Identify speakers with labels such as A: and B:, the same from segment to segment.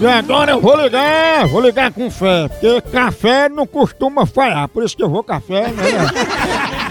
A: E agora eu vou ligar, vou ligar com fé, porque café não costuma falhar, por isso que eu vou café, né?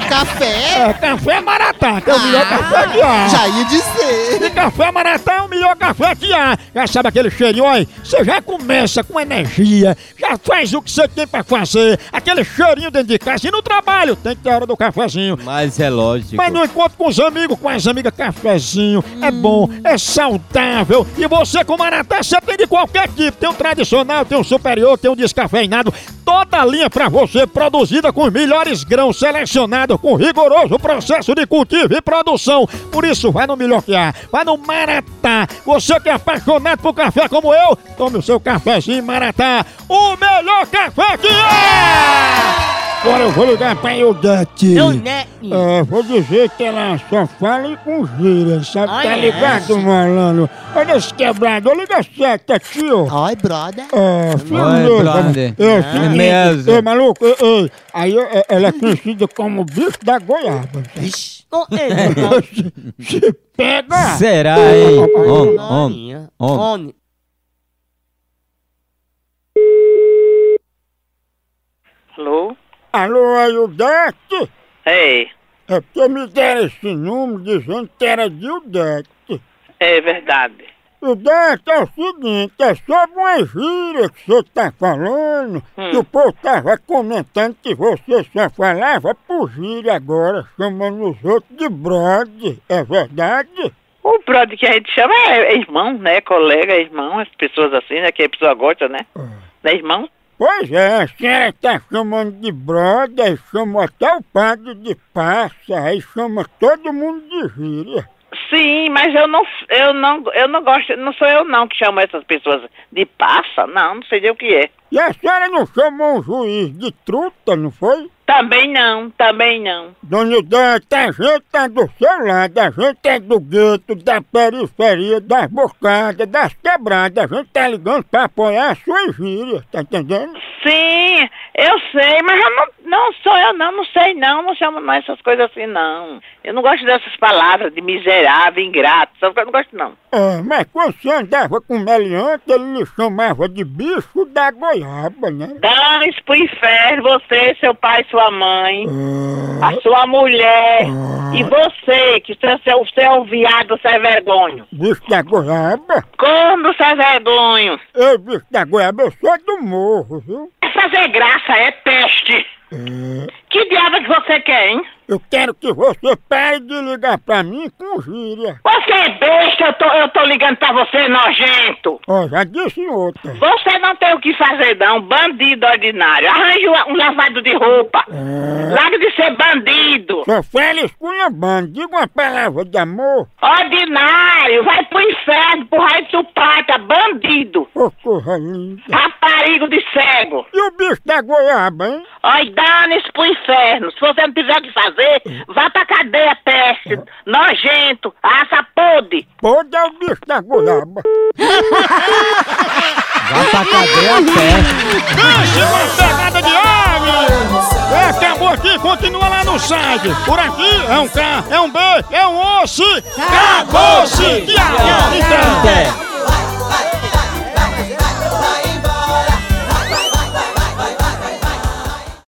B: Café?
A: É, café maratá, que é o melhor café que há.
B: Já ia dizer.
A: E café maratá é o melhor café que há. Já sabe aquele cheirinho, olha? Você já começa com energia, já faz o que você tem pra fazer, aquele cheirinho dentro de casa. E no trabalho tem que ter a hora do cafezinho.
C: Mas é lógico.
A: Mas no encontro com os amigos, com as amigas, cafezinho é bom, é saudável. E você com Maratá, você tem de qualquer tipo. Tem um tradicional, tem um superior, tem um descafeinado. Toda a linha pra você, produzida com os melhores grãos, selecionado com rigoroso processo de cultivo e produção. Por isso, vai no melhor que há, vai no Maratá. Você que é apaixonado por café como eu, tome o seu cafezinho Maratá. O melhor café que é! Agora eu vou ligar pra Eudete. É, vou dizer que ela só fala com gíria, sabe?
D: Olha
A: tá ligado, malandro? Olha esse quebrado, liga certo aqui, ó.
B: Ai, brother.
A: É,
C: brother.
A: É, seguinte,
C: mesmo.
A: Ei, maluco, ei, ei. Aí é, ela é conhecida como bicho da goiaba.
B: Vixe.
D: Oh, ei,
A: Se, se pega!
C: Será, hein? Homem, homem,
D: Homem.
C: homem.
D: Homem.
E: Alô?
A: Alô, Eudete?
E: Ei,
A: É porque me deram esse número dizendo que era de Eudete.
E: é verdade.
A: O Dante é o seguinte, é sobre uma gíria que você tá falando, que o povo tava comentando que você só falava por gíria agora, chamando os outros de brode, é verdade?
E: O brother que a gente chama é, é irmão, né? Colega, irmão, as pessoas assim, né? Que a pessoa gosta, né? Não é irmão?
A: Pois é, a senhora tá chamando de brode, aí chama até o padre de passa, aí chama todo mundo de gíria.
E: Sim, mas eu não, eu não, eu não gosto, não sou eu não que chamo essas pessoas de passa, não, não sei nem o que é.
A: E a senhora não chamou um juiz de truta, não foi?
E: Também não, também não.
A: Dona Idete, a gente é do seu lado, a gente é do gueto, da periferia, das bocadas, das quebradas, a gente tá ligando pra apoiar a sua gíria, tá entendendo?
E: Sim, eu sei, mas eu não, não sou eu não, não sei não, não chamo não essas coisas assim não. Eu não gosto dessas palavras de miserável, ingrato, sabe? eu não gosto não.
A: É, mas quando você andava com o meliante, ele lhe chamava de bicho da goiaba, né?
E: Dane-se pro inferno, você, seu pai, sua mãe,
A: É,
E: a sua mulher, e você, que você, você, é o- você é um viado sem vergonho.
A: Bicho da goiaba?
E: Como sem vergonho?
A: Ei, bicho da goiaba, eu sou do morro, viu? É,
E: É fazer graça, é peste. Que diabo que você quer, hein?
A: Eu quero que você pare de ligar pra mim com gíria.
E: Você é besta, eu tô, eu tô ligando pra você, nojento.
A: Ó, já disse em outra.
E: Você não tem o que fazer, não. Bandido ordinário. Arranje uma- um lavado de roupa. Larga de ser bandido.
A: Sou Félix Cunhambano, diga uma palavra de amor.
E: Ordinário. Vai pro inferno, pro raio de supaca. Bandido.
A: Ô, corra linda.
E: Raparigo de cego.
A: E o bicho da goiaba, hein?
E: Olha, dane-se pro inferno. Se você não tiver o que fazer, vá pra cadeia, peste. Nojento. Aça podre.
A: Pode é o bicho da goiaba.
C: Vai pra cadeia a pé.
A: Vixe, uma pegada de ave! É, Acabou aqui, continua lá no site. Por aqui é um K, é um B, é um osso. Acabou-se! Acabou-se!
C: Pé.